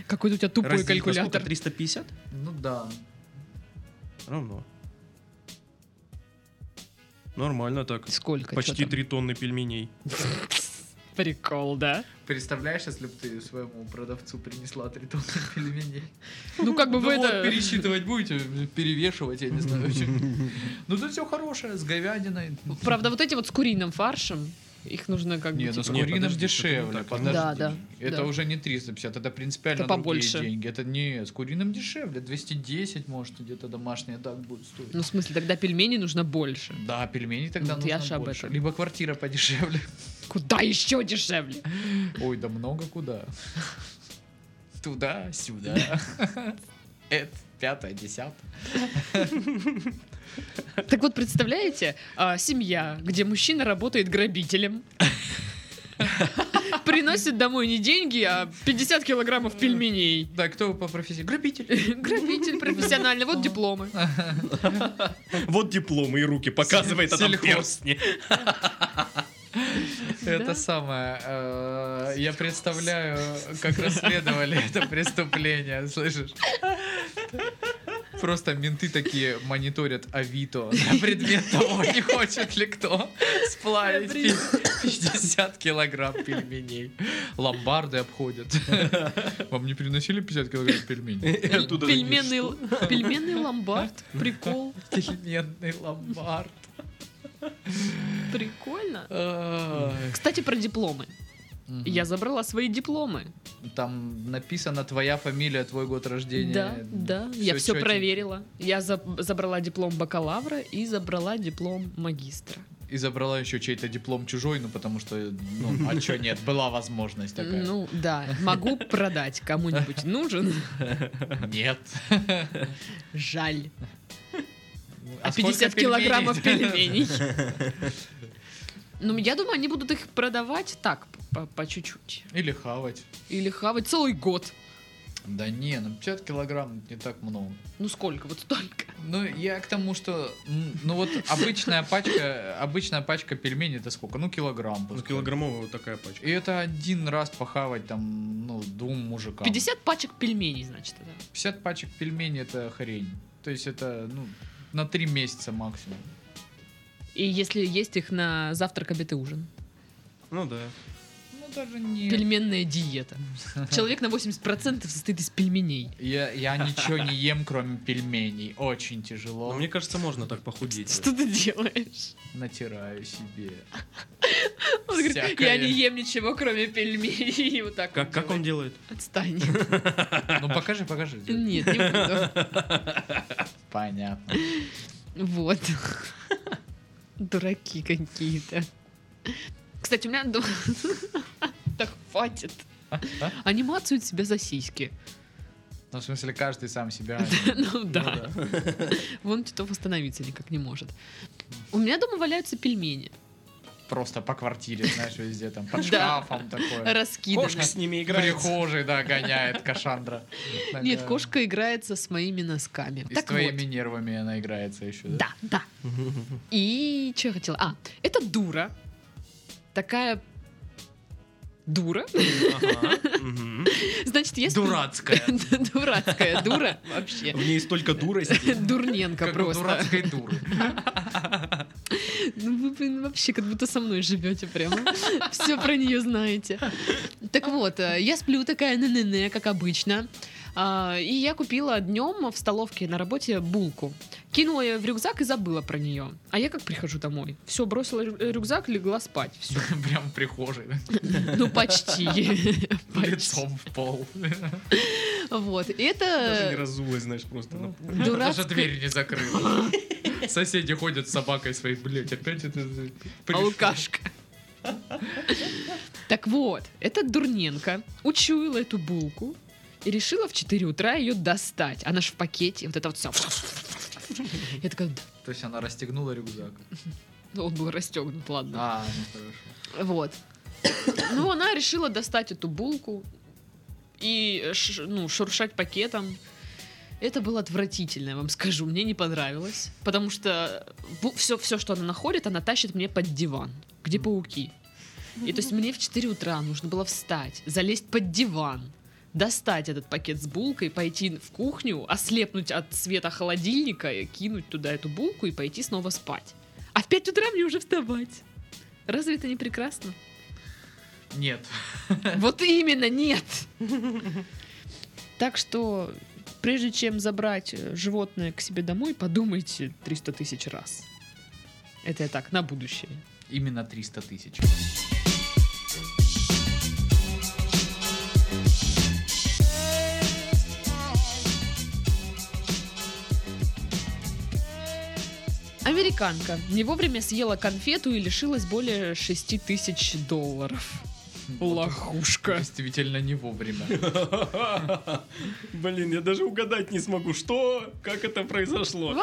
Какой у тебя тупой
Разделить на сколько?
калькулятор.
350?
Ну да.
Равно. Нормально так.
Сколько?
Почти
чё там?
три тонны пельменей.
Прикол, да?
<laughs>
Представляешь, если бы ты своему продавцу принесла три тонны <laughs> пельменей?
Ну как бы
Ну
вы
вот,
это...
пересчитывать будете, перевешивать, я не знаю. Ну тут все хорошее, с говядиной.
Правда, вот эти вот с куриным фаршем, их нужно как бы...
Не, ну
типа-
с
Не,
куриным
подожди,
дешевле,
это не так.
подожди.
Да, да,
Это
да.
уже не 350, это принципиально
Это
другие
побольше.
деньги. Это не, с куриным дешевле, 210 может где-то домашние так будет стоить.
Ну, в смысле, тогда пельмени нужно больше.
да, пельмени тогда
Вот я ж
нужно
об
больше.
этом.
Либо квартира подешевле. <laughs>
Куда еще дешевле?
Ой, да много куда.
<laughs>
Туда, сюда. Это пятое, десятое.
Так вот, представляете, а, семья, где мужчина работает грабителем, приносит домой не деньги, а 50 килограммов пельменей.
Да, кто по профессии? Грабитель.
Грабитель профессиональный, вот дипломы.
Вот диплом и руки показывает, а
<laughs>
там
Сельхоз.
перстни.
Да.
Это самое. э, Я представляю,
<laughs>
как расследовали это преступление, слышишь? Просто менты такие мониторят Авито на предмет того, не хочет ли кто сплавить
Я
пи- 50 килограмм пельменей. Ломбарды обходят. Вам не приносили 50 килограмм пельменей?
И оттуда
Пельменный, л- пельменный ломбард. Прикол.
Пельменный ломбард.
Прикольно.
Ай.
Кстати, про дипломы.
Мгм.
Я забрала свои дипломы.
Там написано твоя фамилия, твой год рождения.
Да, да. я все
чётенько.
проверила. Я за- забрала диплом бакалавра и забрала диплом магистра.
И забрала еще чей-то диплом чужой, ну потому что, ну, а чё нет, была возможность такая.
Ну да, могу продать кому-нибудь нужен.
Нет.
А Жаль. А,
сколько
50 килограммов пельменей. Ну, я думаю, они будут их продавать так, по- по чуть-чуть.
Или хавать.
Или хавать целый год.
Да не, ну 50 килограмм не так много.
Ну сколько? Вот столько.
Ну, я к тому, что, м, ну вот обычная пачка, обычная пачка пельменей это сколько? Ну, килограмм.
Ну,
пускай.
килограммовая вот такая пачка.
И это один раз похавать там, ну, двум мужикам.
50 пачек пельменей, значит, это.
50 пачек пельменей это хрень. То есть это, ну, на три месяца максимум.
И если есть их на завтрак, обед и ужин.
Ну да.
Ну, даже не...
Пельменная диета. Человек на 80% состоит из пельменей.
Я,
<laughs>
я ничего не ем, кроме пельменей. Очень тяжело.
Но
Ну,
мне кажется, можно так похудеть.
Что ты делаешь?
Натираю себе.
Он говорит, я
Всякое.
не ем ничего, кроме пельменей. И вот так
Как, как он
делает.
делает?
Отстань.
Ну покажи, покажи.
Нет, не буду.
Понятно.
Вот. <laughs> Дураки какие-то. Кстати, у меня... дом- <laughs> Так хватит. Они мацают себя за сиськи. <laughs>
Ну, в смысле, каждый сам себя.
Ну да. <laughs> Вон Титов остановиться никак не может. У меня дома валяются пельмени.
Просто по квартире, знаешь, везде там, под
Да.
шкафом такое.
Раскиданы.
Кошка с ними
В
играет.
прихожей, да, гоняет Кашандра.
Нет,
Такая.
кошка играется с моими носками.
И с
Так вот.
твоими нервами она играется еще.
Да, да. И что я хотела? А, это дура. Такая дура.
<laughs>
<laughs>
Ага, мгм.
Значит, есть...
Дурацкая.
<laughs> Дурацкая дура вообще.
А В ней столько
<laughs>
дурости.
Дурненко
Как у
просто.
дурацкой дуры.
<laughs>
<laughs>
Ну вы, блин, вообще как будто со мной живете прямо. <laughs> Все про нее знаете. Так вот, э, я сплю такая на как обычно. А, И я купила днем в столовке на работе булку. Кинула ее в рюкзак и забыла про нее. А я как прихожу домой? Все, бросила рю- рюкзак, легла спать. Все.
Прям в прихожей.
Ну, почти. <laughs> Почти.
Лицом в пол.
Вот. И
<laughs>
Даже не
это
разулась, знаешь, просто.
Ну.
на-
Даже
дурацкая
дверь не закрыла. <laughs> Соседи ходят с собакой своей, блядь, опять это... э,
А
пришла».
Алкашка. Так вот, эта дурненко учуяла эту булку и решила в 4 утра ее достать. Она же в пакете, вот это вот все. Я такая, «Да,
То есть она расстегнула рюкзак.
он был расстегнут, ладно.
А, ну хорошо.
Вот. Ну, она решила достать эту булку и ш- ну, шуршать пакетом. Это было отвратительно, я вам скажу. Мне не понравилось. Потому что все, все, что она находит, она тащит мне под диван, где пауки. И то есть мне в 4 утра нужно было встать, залезть под диван, достать этот пакет с булкой, пойти в кухню, ослепнуть от света холодильника, и кинуть туда эту булку и пойти снова спать. А в 5 утра мне уже вставать. Разве это не прекрасно?
Нет.
Вот именно, нет. Так что, прежде чем забрать э, животное к себе домой, подумайте 300 тысяч раз. Это я так, на будущее.
Именно 300 тысяч.
Американка не вовремя съела конфету и лишилась более 6 тысяч долларов. Лохушка.
Действительно не вовремя.
<laughs> Блин, я даже угадать не смогу, что, как это произошло.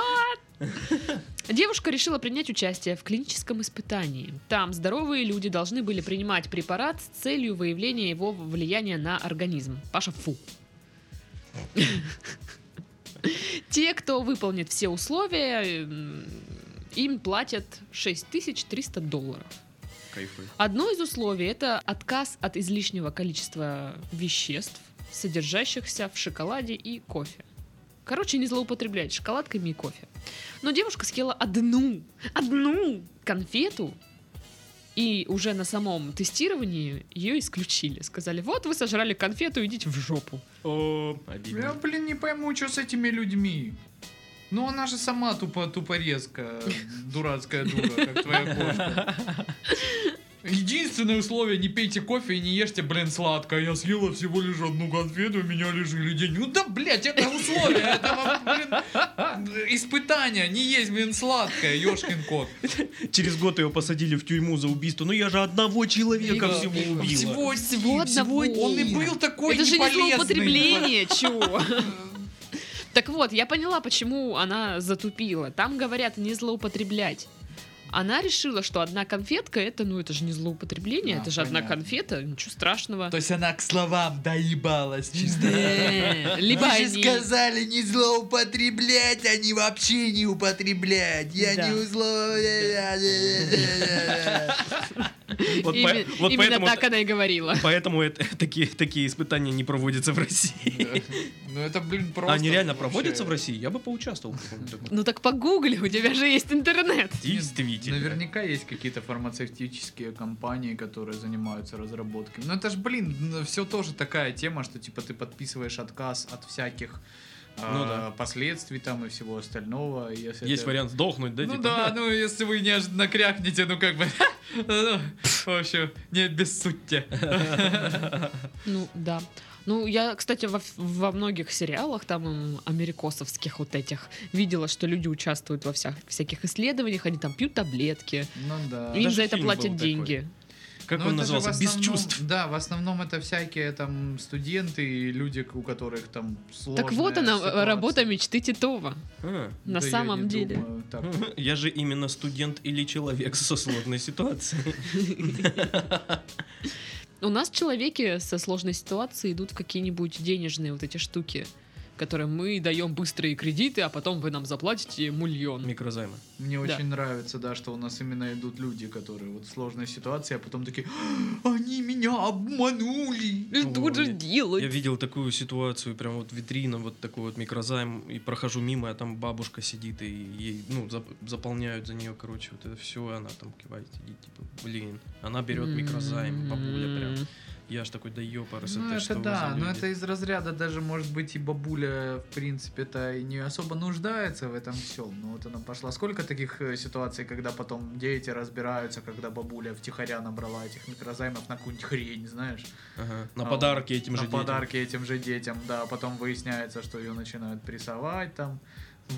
Девушка решила принять участие в клиническом испытании. Там здоровые люди должны были принимать препарат с целью выявления его влияния на организм. Паша, фу. Те, кто выполнит все условия, эм, им платят 6300 долларов.
кайфует.
Одно из условий это отказ от излишнего количества веществ, содержащихся в шоколаде и кофе. Короче, не злоупотреблять шоколадками и кофе. Но девушка съела одну, одну конфету, и уже на самом тестировании ее исключили. Сказали, вот вы сожрали конфету, идите в жопу.
О,
Я,
обидно.
блин, не пойму, что с этими людьми. Ну она же сама тупо
<laughs>
тупорезка, дурацкая дура, как твоя кошка. Единственное условие, не пейте кофе и не ешьте, блин, сладкое. Я съела всего лишь одну конфету, у меня лежали деньги. Ну да, блядь, это условие, это,
<laughs>
вам, блин, испытание. Не есть, блин, сладкое, ёшкин кот.
Через год его посадили в тюрьму за убийство. Ну я же одного человека
Да.
всего убила.
Всего,
Всего
всего
одного.
Он и был такой
Это же не
неполезный.
злоупотребление, чего? Так вот, я поняла, почему она затупила. Там говорят не злоупотреблять. Она решила, что одна конфетка это, ну это же не злоупотребление,
А,
это же одна
понятно.
конфета, ничего страшного.
То есть она к словам доебалась чисто.
<laughs> Э, Либо
Вы же
они-
сказали не злоупотреблять, а не вообще не употреблять. Я
Да.
не узло...
Вот, по-
Име-
вот
Именно
поэтому,
так она и говорила.
поэтому это- <laughs> такие, такие испытания не проводятся в России.
<laughs> Ну это, блин, просто...
Они реально
вообще.
проводятся в России? Я бы поучаствовал. в каком-то таком.
Ну так погугли, у тебя же есть интернет.
Действительно.
Наверняка есть какие-то фармацевтические компании, которые занимаются разработкой. Но это ж, блин, все тоже такая тема, что типа ты подписываешь отказ от всяких
Ну
э,
да.
последствий там и всего остального. и если
Есть
это-
вариант сдохнуть, да?
ну
типа?
да, ну если вы неожиданно крякнете, ну как бы, <laughs> ну, в общем, не обессудьте.
Ну да. Ну, я, кстати, во, во многих сериалах, там, м, америкосовских вот этих, видела, что люди участвуют во вся- всяких исследованиях, они там пьют таблетки,
Ну да.
им
даже
за это
фильм
платят
был такой.
деньги.
Как
Ну,
он
это же в
назывался? Без
основном-
чувств.
Да, в основном это всякие там студенты и люди, у которых там сложная
Так вот она, э,
ситуация.
работа мечты Титова.
А.
На
Да я
самом
не
деле. Хм,
думаю, так.
<laughs> Я же именно студент или человек со сложной
<laughs>
ситуацией.
У нас человеки со сложной ситуацией идут в какие-нибудь денежные вот эти штуки, которые мы даем быстрые кредиты, а потом вы нам заплатите мульон.
Микрозаймы.
Мне
Да.
очень нравится, да, что у нас именно идут люди, которые вот в сложной ситуации, а потом такие, «А, они меня обманули.
И тут же
Ой,
делать.
Я видел такую ситуацию, прям вот витрина, вот такой вот микрозайм, и прохожу мимо, а там бабушка сидит, и ей, ну, зап- заполняют за нее, короче, вот это все, она там кивает, сидит, типа, блин, она берет
М-м-м.
микрозайм, бабуля прям.
М.
Я ж такой, да ёпарас,
Ну
что
это
вы
да,
за
но
люди?»
это из разряда даже может быть и бабуля в принципе-то и не особо нуждается в этом всем. Но вот она пошла. Сколько таких э, ситуаций, когда потом дети разбираются, когда бабуля втихаря набрала этих микрозаймов на какую-нибудь хрень, знаешь?
Ага. На
А,
подарки этим
на
же детям.
подарки этим же детям, да. Потом выясняется, что ее начинают прессовать там.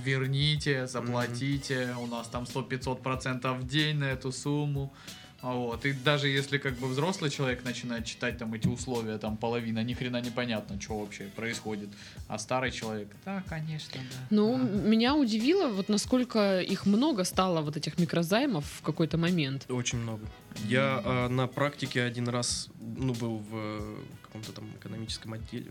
Верните, заплатите, у нас там 100-500 процентов в день на эту сумму. А Вот. И даже если как бы взрослый человек начинает читать там эти условия, там половина, ни хрена непонятно, что вообще происходит. А старый человек, да, конечно, да.
Ну,
да».
меня удивило, вот насколько их много стало, вот этих микрозаймов в какой-то момент.
Очень много. Я а, на практике один раз, ну, был в, э, каком-то там экономическом отделе,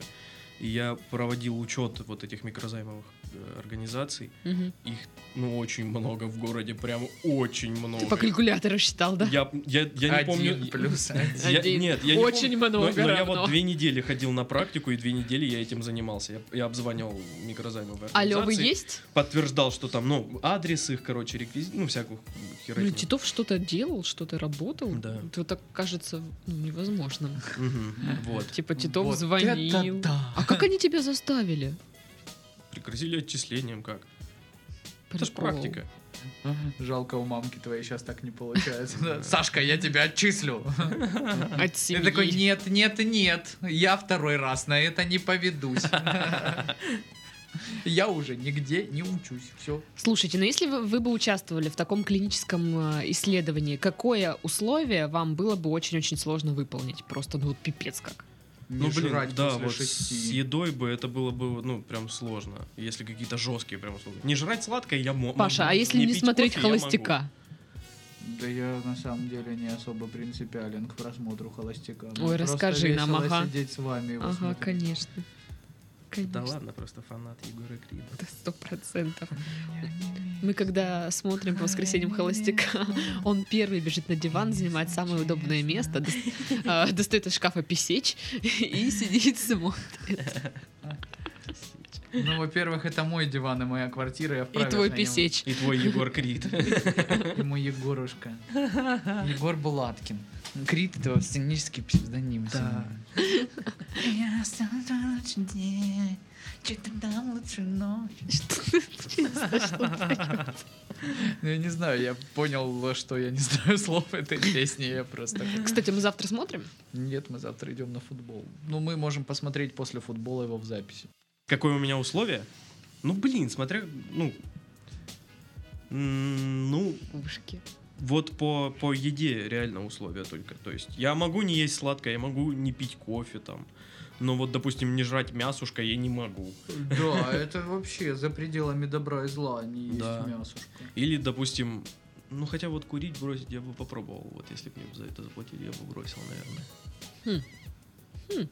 и я проводил учет вот этих микрозаймовых э, организаций.
Мгм.
Их, ну, очень много в городе, прям очень много.
Ты по калькулятору считал, Типа да?
Я, я, я не
Один
помню.
<laughs> плюс один.
Я-
Один.
нет, я не
Очень
помню, но-
много
Но, я
равно.
вот две недели ходил на практику, и две недели я этим занимался. Я, я обзванивал микрозаймовые
Алло, вы
организации,
А есть?
Подтверждал, что там, ну, адрес их, короче, реквизит, ну, всякую
Ну,
херню.
Титов что-то делал, что-то работал.
Да.
Это так кажется ну, невозможным.
Мгм. Вот.
Типа Титов
Вот это
звонил.
да.
А как они тебя заставили?
Пригрозили отчислением как? Это ж
Прикол.
практика.
Жалко, у мамки твоей сейчас так не получается.
<laughs>
Да. Сашка, я тебя отчислю.
От
Ты
семьи.
такой, нет, нет, нет, я второй раз на это не поведусь. Я уже нигде не учусь. Все.
Слушайте, ну если вы, вы бы участвовали в таком клиническом э, исследовании, какое условие вам было бы очень-очень сложно выполнить? Просто, ну, вот пипец как.
ну, блин, да, вот с едой бы это было бы, ну, прям сложно. Если какие-то жесткие прям условия. Не жрать сладкое я могу.
Паша, а если не, смотреть холостяка?
Да я на самом деле не особо принципиален к просмотру холостяка.
Ой, расскажи нам,
весело
ага.
сидеть с вами. и его
Ага,
смотреть.
конечно. Конечно.
Да ладно, просто фанат Егора Крида.
Это сто процентов. Мы когда смотрим по воскресеньям холостяка, <laughs> он первый бежит на диван, занимает самое удобное место, дос- а, достает из шкафа писечь <laughs> и сидит смотрит.
Ну, во-первых, это мой диван и моя квартира, я
И
вправе
твой
на нем. <laughs>
писечь. <laughs>
И твой Егор Крид. <laughs>
И мой Егорушка. Егор Булаткин. Крит это сценический псевдоним.
Да.
Я стал лучше день, чё-то там лучше ночь. Ну, я не знаю, я понял, что я не <laughs> знаю слов этой песни, я просто...
Кстати, мы завтра смотрим?
Нет, мы завтра идем на футбол. Ну, мы можем посмотреть после футбола его в записи.
Какое у меня условие? Ну, блин, смотря, ну... м, Ну,
Ушки.
вот по, по еде реально условия только. То есть я могу не есть сладкое, я могу не пить кофе там. Но вот, допустим, не жрать мясушка я не могу.
Да, это вообще за пределами добра и зла, а не
есть Да.
мясушка.
Или, допустим, ну хотя вот курить бросить я бы попробовал. Вот если бы мне за это заплатили, я бы бросил, наверное.
Хм.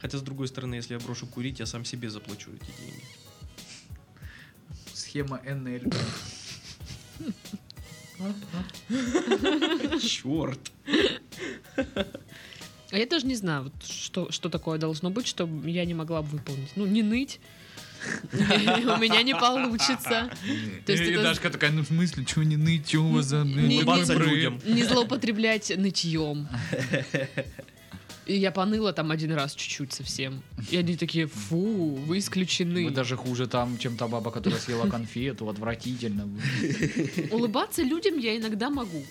Хотя, с другой стороны, если я брошу курить, я сам себе заплачу эти деньги.
Схема НЛ. <laughs>
Черт!
А я даже не знаю, вот что, что такое должно быть, что я не могла бы выполнить. Ну, не ныть. <laughs> У меня не получится. То есть
и, и
это-
Дашка такая, ну в смысле, чего не ныть, чего у вас за...
Не-
Улыбаться
не-
людям.
Не злоупотреблять нытьем. И я поныла там один раз чуть-чуть совсем. И они такие, фу, вы исключены.
Вы даже хуже там, чем та баба, которая съела конфету, отвратительно вы.
Улыбаться людям я иногда могу.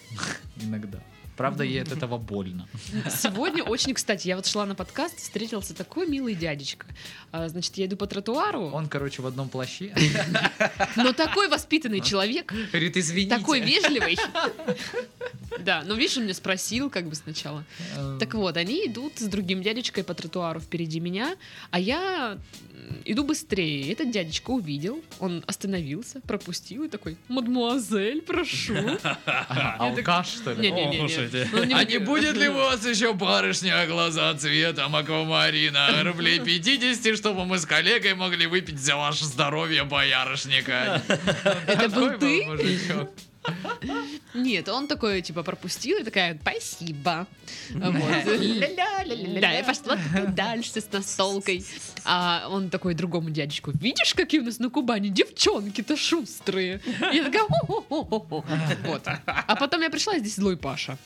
иногда. Правда, ей от этого больно.
Сегодня очень, кстати, я вот шла на подкаст, встретился такой милый дядечка. А, Значит, я иду по тротуару,
Он, короче, в одном плаще.
но такой воспитанный человек,
Говорит, извините.
такой вежливый. Да, но видишь, он меня спросил как бы сначала.
Э,
Так вот, они идут с другим дядечкой по тротуару впереди меня, а я м, иду быстрее. Этот дядечка увидел, он остановился, пропустил и такой, мадмуазель,
<laughs>
прошу.
Алкаш, А что ли?
не,
Не-не-не-не. Ну,
О, слушайте.
Он
А не
меня-
будет ли у вас еще барышня глаза цветом аквамарина рублей 50, чтобы мы с коллегой могли выпить за ваше здоровье, боярышника?
Это был
Такой
ты?
мужичок.
Нет, он такой, типа, пропустил, и такая,
<laughs>
спасибо. Вот. Да, и пошла такая дальше с настолкой. А он такой другому дядечку, видишь, какие у нас на Кубани девчонки-то шустрые. Я такая, «Хо-хо-хо-хо-хо». Вот. А потом я пришла, и здесь злой Паша.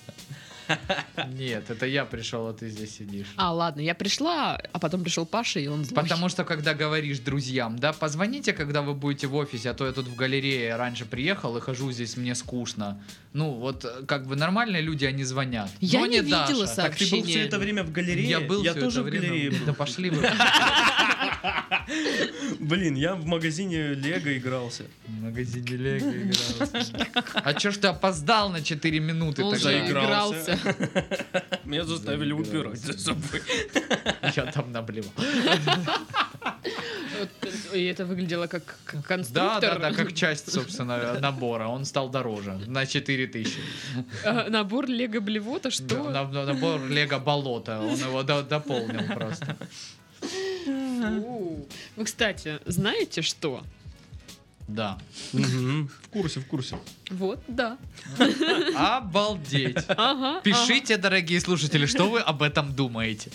Нет, это я пришел, а ты здесь сидишь.
А, ладно, я пришла, а потом пришел Паша, и он злой.
Потому что, когда говоришь друзьям, да, позвоните, когда вы будете в офисе, а то я тут в галерее раньше приехал и хожу здесь, мне скучно. Ну, вот, э, как бы нормальные люди, они звонят.
Я
Но
не видела
Даша.
со-
Так ты был все
Общение.
это время в галерее?
Я был
я
всё
тоже
это
в галерее
время.
был.
Да пошли вы.
<laughs> Блин, я в магазине Лего игрался.
В магазине Лего
<laughs>
игрался. А чё ж ты опоздал на 4 минуты
Он
тогда?
заиграл.
заигрался.
Меня заставили
Заигрался.
упирать за собой.
Я там наблевал.
Вот, И это выглядело как как
Да,
конструктор.
да, да, как часть, собственно, набора. Он стал дороже. На 4 тысячи.
Э, Набор Лего Блевота,
Да,
что?
на- на- Набор Лего Болото. Он его до- дополнил просто.
Фу. Вы, кстати, знаете что?
Да.
В курсе, в курсе.
Вот, да.
Обалдеть.
Ага.
Пишите, дорогие слушатели, что вы об этом думаете.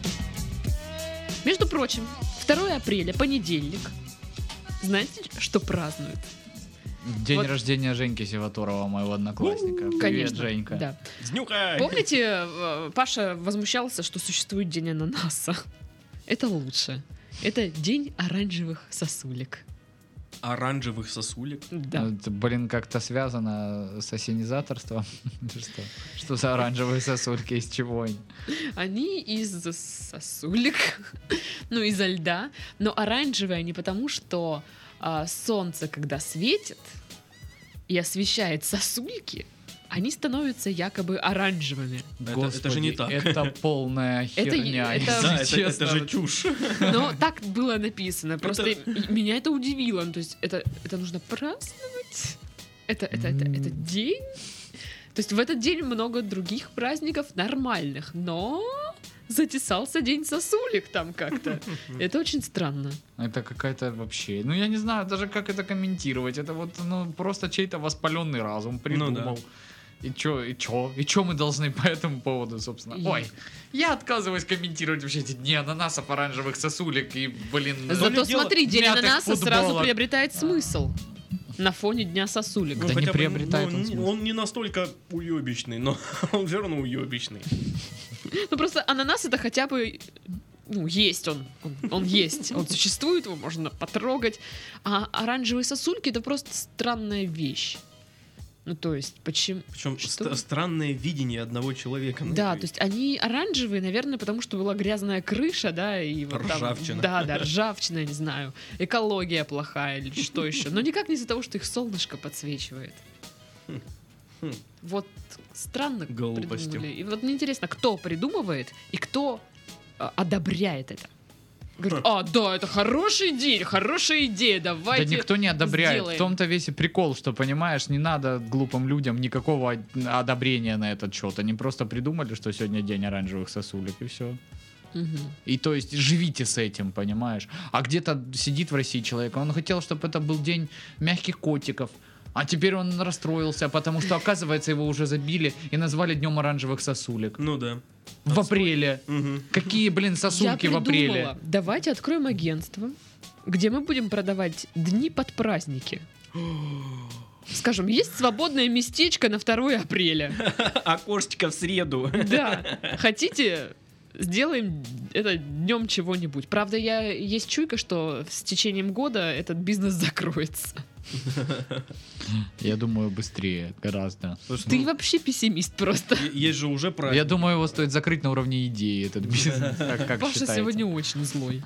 ага. Между прочим, 2 апреля, понедельник. Знаете, что празднуют?
День
Вот.
рождения Женьки Севаторова, моего одноклассника. Привет,
Ну, Конечно.
Женька.
Да.
Днюхай!
Помните, э, Паша возмущался, что существует день ананаса? <laughs> Это лучше. Это день оранжевых сосулек.
Оранжевых сосулек.
Да.
Ну, это, блин, как-то связано с осенизаторством. <laughs> что? что за оранжевые сосульки, из чего они?
Они из сосулек, <laughs> ну, изо льда, но оранжевые они потому, что а, солнце, когда светит и освещает сосульки, они становятся якобы оранжевыми.
Это- это же не так.
Это полная
Это е-
херня.
это-
если
Да, это, это
честно.
же чушь.
Но так было написано. Просто и- меня это удивило. Ну, То есть это, это нужно праздновать? Это, это, это, это
М.
день? То есть в этот день много других праздников нормальных, но затесался день сосулек там
<laughs>
как-то. Это очень странно.
Это какая-то вообще... Ну, я не знаю даже, как это комментировать. Это вот, ну, просто чей-то воспаленный
Ну
разум придумал. И чё, и чё, и чё мы должны по этому поводу, собственно?
И-
Ой, я отказываюсь комментировать вообще эти дни ананасов, оранжевых сосулек и, блин...
ли
Зато
дело-
смотри, день
Ну, мятых
ананаса сразу
футболок.
приобретает смысл на фоне дня сосулек.
Да не
хотя бы,
приобретает
ну,
он
не-
смысл.
он не настолько уебищный, но <laughs> он все равно уебищный.
Ну просто ананас это хотя бы ну, есть он, он, он есть, он существует, его можно потрогать. А оранжевые сосульки это просто странная вещь. Ну, то есть, почему...
Причем
Что?
ст- странное видение одного человека. на
Да,
этой-
то есть они оранжевые, наверное, потому что была грязная крыша, да, и вот там-
Ржавчина.
Да, да, ржавчина, я не знаю, экология плохая или что еще. Но никак не из-за того, что их солнышко подсвечивает.
Хм. Хм.
Вот странно
Глупости.
придумали. И вот мне интересно, кто придумывает и кто э, одобряет это. Говорит, а, да, это хорошая идея, хорошая идея,
Да
давайте.
никто не одобряет.
сделаем.
В том-то весь и прикол, что, понимаешь, не надо глупым людям никакого одобрения на этот счет. Они просто придумали, что сегодня день оранжевых сосулек, и все.
Мгм.
И то есть живите с этим, понимаешь. А где-то сидит в России человек, он хотел, чтобы это был день мягких котиков. А теперь он расстроился, потому что, оказывается, его уже забили и назвали днем оранжевых сосулек.
Ну да.
В апреле.
Мгм.
Какие, блин,
Я
сосульки в
придумала.
апреле?
Давайте откроем агентство, где мы будем продавать дни под праздники. Скажем, есть свободное местечко на 2 апреля.
<laughs> Окошечко в среду.
Да. Хотите, сделаем это днем чего-нибудь. Правда, я есть чуйка, что с течением года этот бизнес закроется.
Я думаю, быстрее, гораздо.
Слушай,
Ты
ну,
вообще пессимист просто.
е- есть же уже
Я
праздник.
думаю, его стоит закрыть на уровне идеи, этот бизнес. Как, как
Паша
считаете?
сегодня очень злой.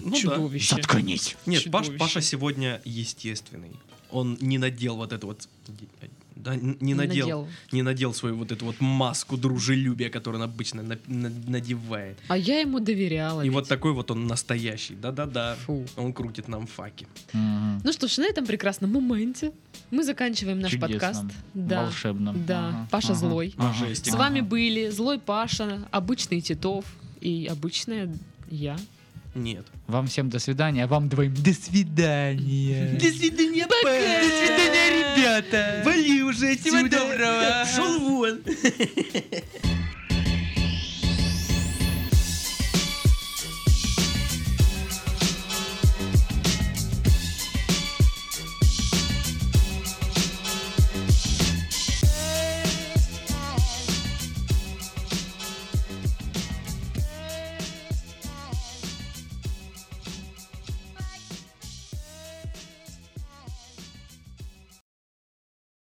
Ну да.
Чудовище.
Заткнись.
Нет, Паш-
чудовище.
Паша сегодня естественный. Он не надел вот это вот... Да, н- не надел, не надел свою вот эту вот маску дружелюбия, которую он обычно на- на- надевает.
А я ему доверяла.
И
ведь.
вот такой вот он настоящий. Да-да-да.
Фу.
Он крутит нам факи.
Мгм.
Ну что ж, на этом прекрасном моменте мы заканчиваем наш
Чудесном,
подкаст. Да.
Волшебно.
Да,
Ага,
Паша
ага,
злой.
ага,
Жесть.
С
ага.
вами были Злой Паша, обычный Титов и обычная я.
Нет.
Вам всем до свидания, а вам двоим до свидания.
<laughs>
До свидания,
Пока.
До свидания, ребята. Вали уже
Всего доброго. Шел вон.